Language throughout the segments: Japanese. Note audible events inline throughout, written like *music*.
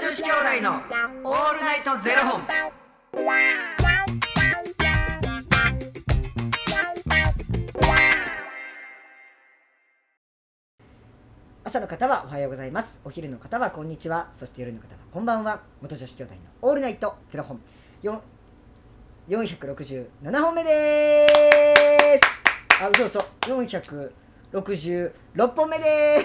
子兄弟のオールナイトゼロ本。朝の方はおはようございますお昼の方はこんにちはそして夜の方はこんばんは元女子兄弟のオールナイトゼロ本4 467本目ですあそうそう466本目です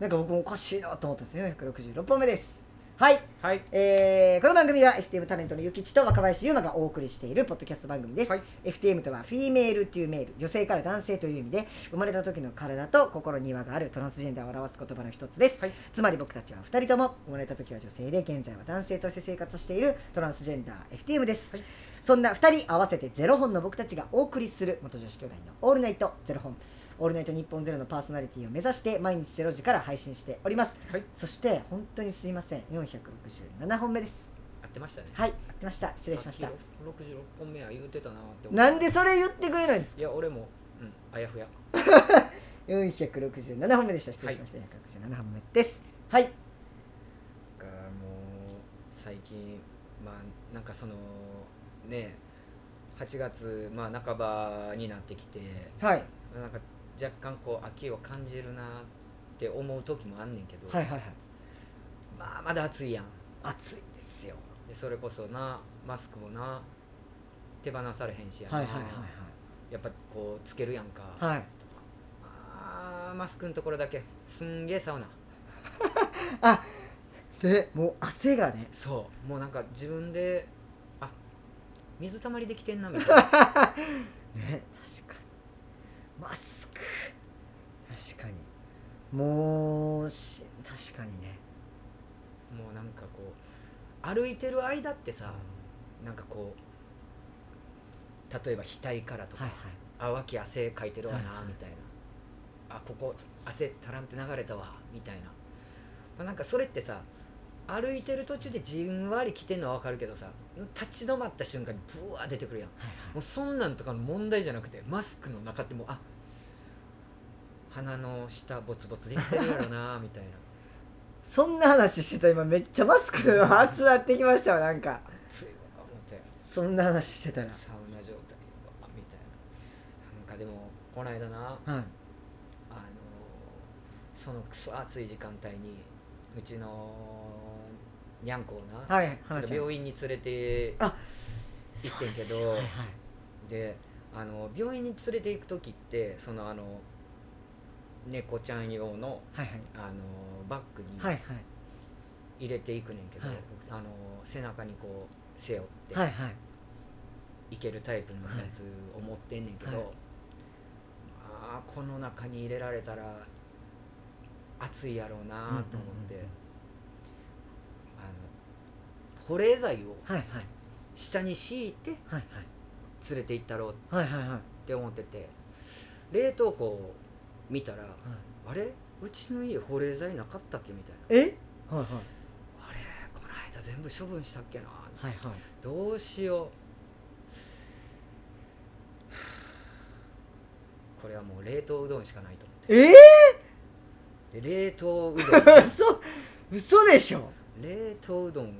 なんか僕もおかしいなと思ったんですよ466本目ですはいはい。えーこの番組は FTM タレントのゆきちと若林優馬がお送りしているポッドキャスト番組です、はい FTM とはフィメールというメール女性から男性という意味で生まれた時の体と心に違和があるトランスジェンダーを表す言葉の一つです、はいつまり僕たちは2人とも生まれた時は女性で現在は男性として生活しているトランスジェンダー FTM です、はいそんな2人合わせてゼロ本の僕たちがお送りする元女子兄弟の「オールナイトゼロ本」「オールナイト日本ゼロのパーソナリティを目指して毎日ゼロ時から配信しておりますはい。そして本当にすいません467本目です合ってましたね。はい合ってました失礼しました六十六本目は言ってたなって思って。なんでそれ言ってくれないんですいや俺もうんあやふや。 467本目でした失礼しました、467本目ですはいがもう最近まあなんかそのね8月まあ半ばになってきてはいなんか若干こう秋を感じるなって思う時もあんねんけど、はいはいはいまあまだ暑いやん暑いですよでそれこそなマスクもな手放されへんしやな、はいはいはいやっぱこうつけるやんか、はいはいあーマスクのところだけすんげえサウナあでもう汗がねそうもうなんか自分であ水たまりできてんな *laughs* みたいなね確かにマスク確かにもうし確かにねもうなんかこう歩いてる間ってさなんかこう例えば額からとか、はいはいあわき汗かいてるわなはいはいみたいなあここ汗たらんって流れたわみたいな、まあ、なんかそれってさ歩いてる途中でじんわり来てんのはわかるけどさ立ち止まった瞬間にブワー出てくるやんもはいうそんなんとかの問題じゃなくてマスクの中ってもうあ鼻の下ボツボツできてるやろなみた *laughs* いなそんな話してた今めっちゃマスクが熱なってきましたわなんかついわ思ってそんな話してたらサウナ状態うわみたいななんかでもこの間なはいあのそのくそ暑い時間帯にうちのにゃんこをな、はいちょっと病院に連れてあ行ってんけそうっすよどはいはいであの病院に連れて行く時ってそのあの猫ちゃん用のはいあのバッグにはいはい入れていくねんけど、はい僕あの背中にこう背負ってはいはいいけるタイプのやつを持ってんねんけど、はいまあこの中に入れられたら暑いやろうなと思って、うんうんうんうんあの保冷剤をはいはい下に敷いてはい連れて行ったろうっはいはいはいはいはいて思ってて冷凍庫を見たらあれうちの家保冷剤なかったっけみたいなえはいはいあれこの間全部処分したっけなはいはいどうしようはあこれはもう冷凍うどんしかないと思えってで冷凍うー、 *laughs* どん嘘嘘でしょ冷凍うどんをもう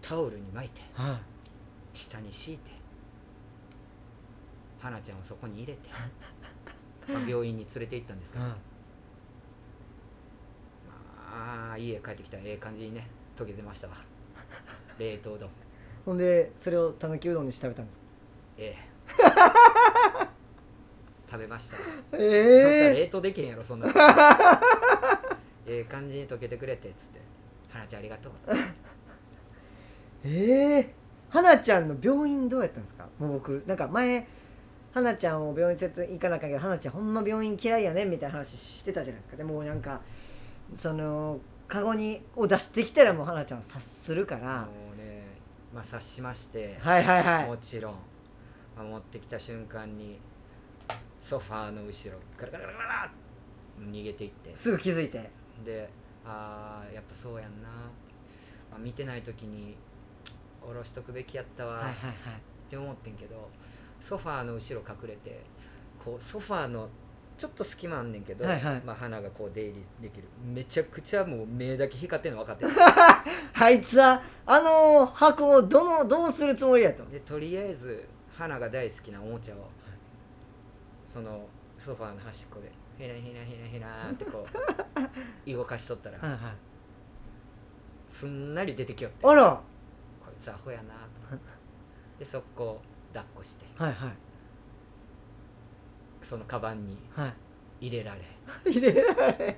タオルに巻いては下に敷いて花ちゃんをそこに入れて、まあ病院に連れて行ったんですけど、まあ家帰ってきたらええ感じにね溶けてましたわ冷凍うどんほんでそれをたぬきうどんにして食べたんですええ食べましたあんたええ冷凍できへんやろ *laughs* そんなのええ感じに溶けてくれてっつって「花ちゃんありがとう」っつってええはなちゃんの病院どうやったんですかもう僕なんか前はなちゃんを病院連れて行かなきゃいけないはなちゃんほんま病院嫌いやねんみたいな話してたじゃないですかでもうなんかそのカゴにを出してきたらもうはなちゃんは察するから、もうねまあ察しまして、はいはいはいもちろん、まあ、持ってきた瞬間にソファーの後ろガラガラガラガラ逃げていってすぐ気づいてであーやっぱそうやんな、まあ、見てない時に下ろしとくべきやったわ、はいはいはいって思ってんけどソファーの後ろ隠れてこうソファーのちょっと隙間あんねんけど、はいはいまあ、花がこう出入りできるめちゃくちゃもう目だけ光ってんの分かっ *laughs* てるあいつはあの箱をどのどうするつもりやとでとりあえず花が大好きなおもちゃをそのソファーの端っこでヘラヘラヘラヘラーってこ *laughs* う動かしとったら、はいはいすんなり出てきよってあらはこいつアホやなとで速攻抱っこしていはいそのカバンには入れられい入れられ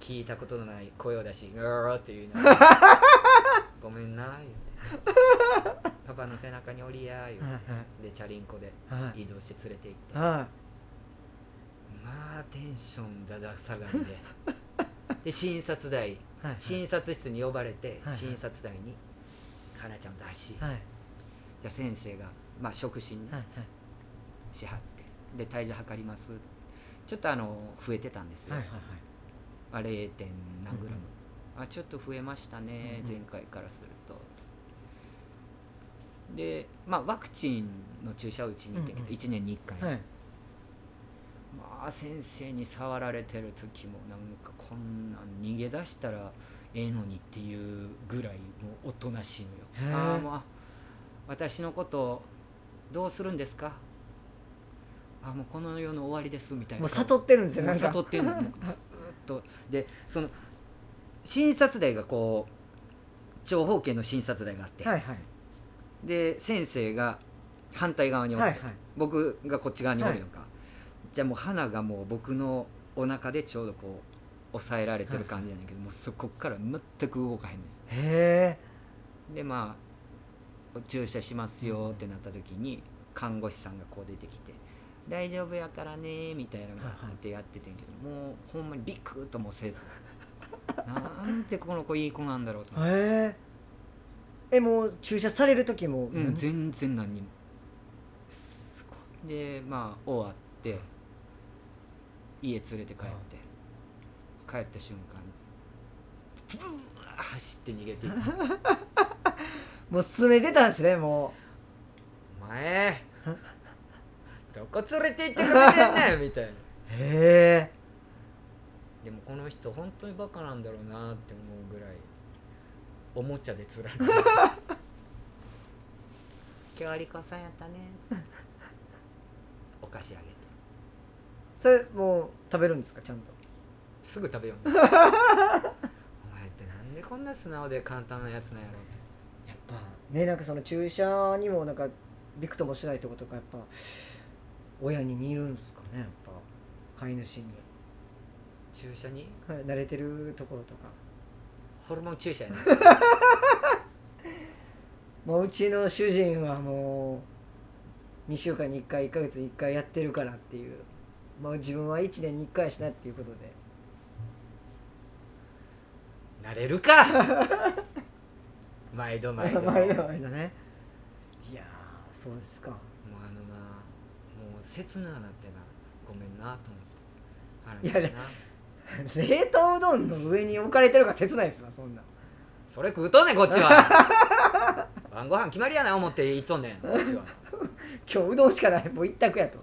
聞いたことのない声を出し「うー」って言いながら *laughs* 「ごめんな」言って「パパの背中におりや」言って、はいでチャリンコではいはい移動して連れて行ってはまあテンションだだ下がりで *laughs* で診察台いはい診察室に呼ばれて、はい診察台にかなちゃんを出し、はいはいで先生が、まあ、触診ねはいしはってで体重測りますちょっとあの増えてたんですよ、はいはいあ 0. 点何グラム、あちょっと増えましたね、うんうん前回からするとでまあワクチンの注射を打ちに行ったけうんど、うん一1年に1回、はいはいまあ先生に触られてる時もなんかこんなん逃げ出したらええのにっていうぐらいもうおとなしいのへえよああもう私のことどうするんですかあもうこの世の終わりですみたいなもう悟ってるんですよもなうんか悟ってんのもうずーっとでその診察台がこう長方形の診察台があって、はいはいで先生が反対側におって、はいはい僕がこっち側におるやんか、じゃあもう花がもう僕のお腹でちょうどこう抑えられてる感じやねんけど、もうそこから全く動かへんねへんでまあお注射しますよってなった時に看護師さんがこう出てきて「大丈夫やからね」みたいなのがあってやっててんけど、もうほんまにビクッともせずなんてこの子いい子なんだろうとえ思って、へええもう注射される時もうん、全然何にもすごいでまあ終わって家連れて帰って帰った瞬間ブワー走って逃げていったもう進めてたんですねもお前どこ連れて行ってくれてんねんみたいなうへえでもこの人本当にバカなんだろうなって思うぐらいおもちゃでつられて今日リコさんやったねっつってお菓子あげてそれもう食べるんですかちゃんとすぐ食べようお前ってなんでこんな素直で簡単なやつなんやろってやっぱねなんかその注射にもなんかびくともしないってことがやっぱ親に似るんですかねやっぱ飼い主に注射にはい慣れてるところとか、ホルモン注射やねもううちの主人はもう2週間に1回1ヶ月に1回やってるからっていう、まあ、自分は1年に1回やしなっていうことでなれるか毎度 *laughs* *laughs* 毎度もうあの前なの間ねいやーそうですか *laughs* もう切ななってなごめんなと思ってあいやれねな冷凍うどんの上に置かれてるから切ないですわそんなそれ食うとんねんこっちは *laughs* 晩ご飯決まりやな思って言っとんねんこっちは今日うどんしかないもう一択やと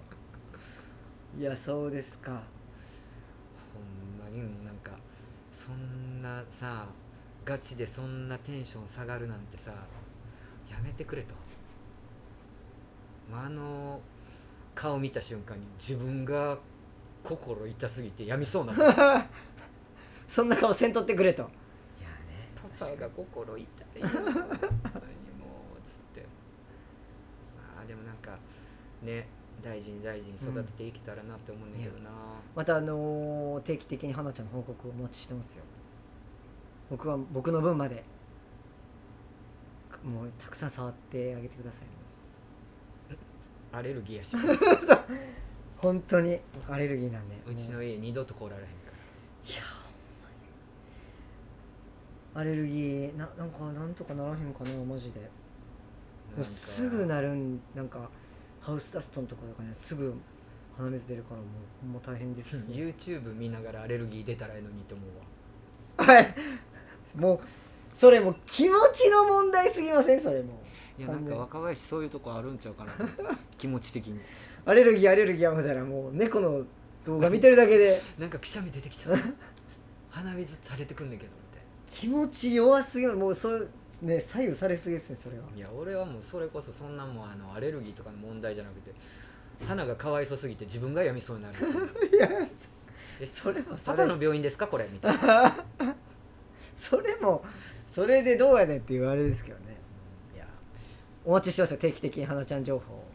いやそうですかほんまにもうなんかそんなさガチでそんなテンション下がるなんてさやめてくれと、まあ、あの顔見た瞬間に自分が心痛すぎてやみそうないやねそんな顔せんとってくれといやパパが心痛 *laughs* いよ本当にもうつってまあでもなんかね大事に大事に育てていけたらなって思うんだけどな、またあのー定期的に花ちゃんの報告をお待ちしてますよ僕は僕の分までもうたくさん触ってあげてくださいアレルギー *laughs* やし本当に僕アレルギーなんでうちもの家二度と来られへんから。うアレルギーななんかなんとかならへんかなマジでなんもかうすぐなるんなんかハウスダストのとことかねすぐ鼻水出るからもうほんま大変ですよ *laughs* YouTube 見ながらアレルギー出たらええのにと思うわはいもうそれもう気持ちの問題すぎませんそれもういやなん完か全若林そういうとこあるんちゃうかなと思って気持ち的にアレルギーアレルギーはみたいなもう猫の動画見てるだけでなんかくしゃみ出 *laughs* てきた鼻水垂れてくんねんけどみたい気持ち弱すぎるもうそうね左右されすぎですねそれはないや俺はもうそれこそそんなもんあのアレルギーとかの問題じゃなくて鼻がかわいそすぎて自分が病みそうになるいやえそれもそパれパの病院ですかこれみたいなそれもそれでどうやねんっていうあれですけどねいやお待ちしてますよ定期的に花ちゃん情報を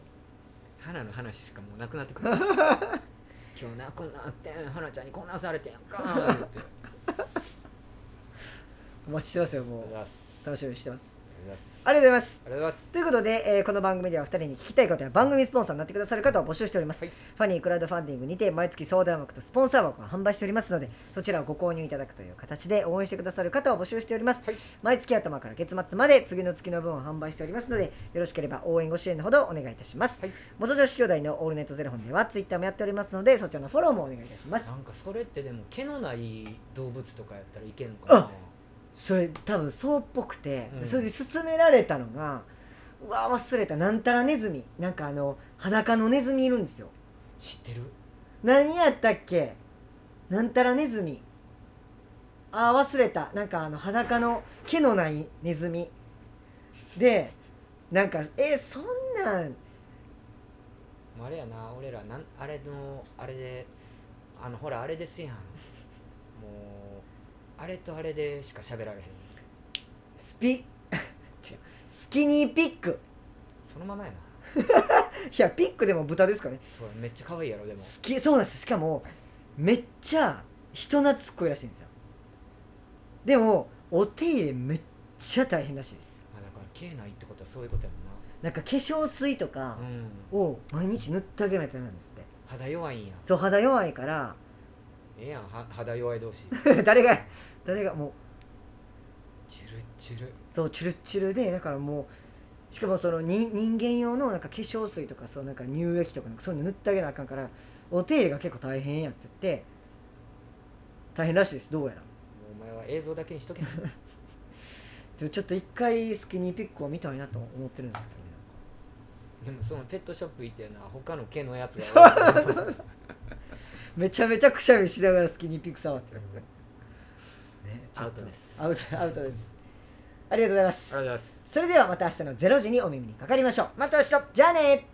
花の話しかもうなくなってくる今日なこんなんあってん花ちゃんにこんなんされてんやんか言ってお待ちしてますよあもうりがとうございます楽しみにしてますありがとうござありがといますうございますありがとうございますということで、えーこの番組では2人に聞きたいことや番組スポンサーになってくださる方を募集しております、はいファニークラウドファンディングにて毎月相談枠とスポンサー枠を販売しておりますのでそちらをご購入いただくという形で応援してくださる方を募集しております、はい毎月頭から月末まで次の月の分を販売しておりますのでよろしければ応援ご支援のほどお願いいたします、はい元女子兄弟のオールネットゼロ本ではツイッターもやっておりますのでそちらのフォローもお願いいたしますなんかそれってでも毛のない動物とかやったらいけんのかあなそれ多分そうっぽくて、うんそれで勧められたのがうわ忘れたなんたらネズミなんかあの裸のネズミいるんですよ知ってる何やったっけなんたらネズミあー忘れたなんかあの裸の毛のないネズミでなんかえそんなんもうあれやな俺らなんあれのあれであのほらあれですやん *laughs* もうあれとあれでしか喋られへんスピ *laughs* 違うスキニーピックそのままやないやピックでも豚ですかねそうめっちゃ可愛いやろでも好きそうなんですしかもめっちゃ人懐っこいらしいんですよでもお手入れめっちゃ大変らしいですあだから毛ないってことはそういうことやもなんか化粧水とかんなうんを毎日塗ってあげないとダメなんですって肌弱いんやそう肌弱いから *laughs* ええやんは肌弱い同士誰が誰がもうチュルチュルそうチュルチュルでだからもうしかもそのに人間用のなんか化粧水とかそうなんか乳液とかなんかそういうの塗ってあげなあかんからお手入れが結構大変やって言って大変らしいですどうやらもうお前は映像だけにし *laughs* とけでちょっと一回スキニーピックを見たいなと思ってるんですけどねでもそのペットショップ行ってな他の毛のやつ *laughs* が多いめちゃめちゃくしゃみしながらスキニーピック触ってるねアウトですアウトアウトですありがとうございまありがとうごすざいますそれではまた明日の0時にお耳にかかりましょうまた明日じゃあね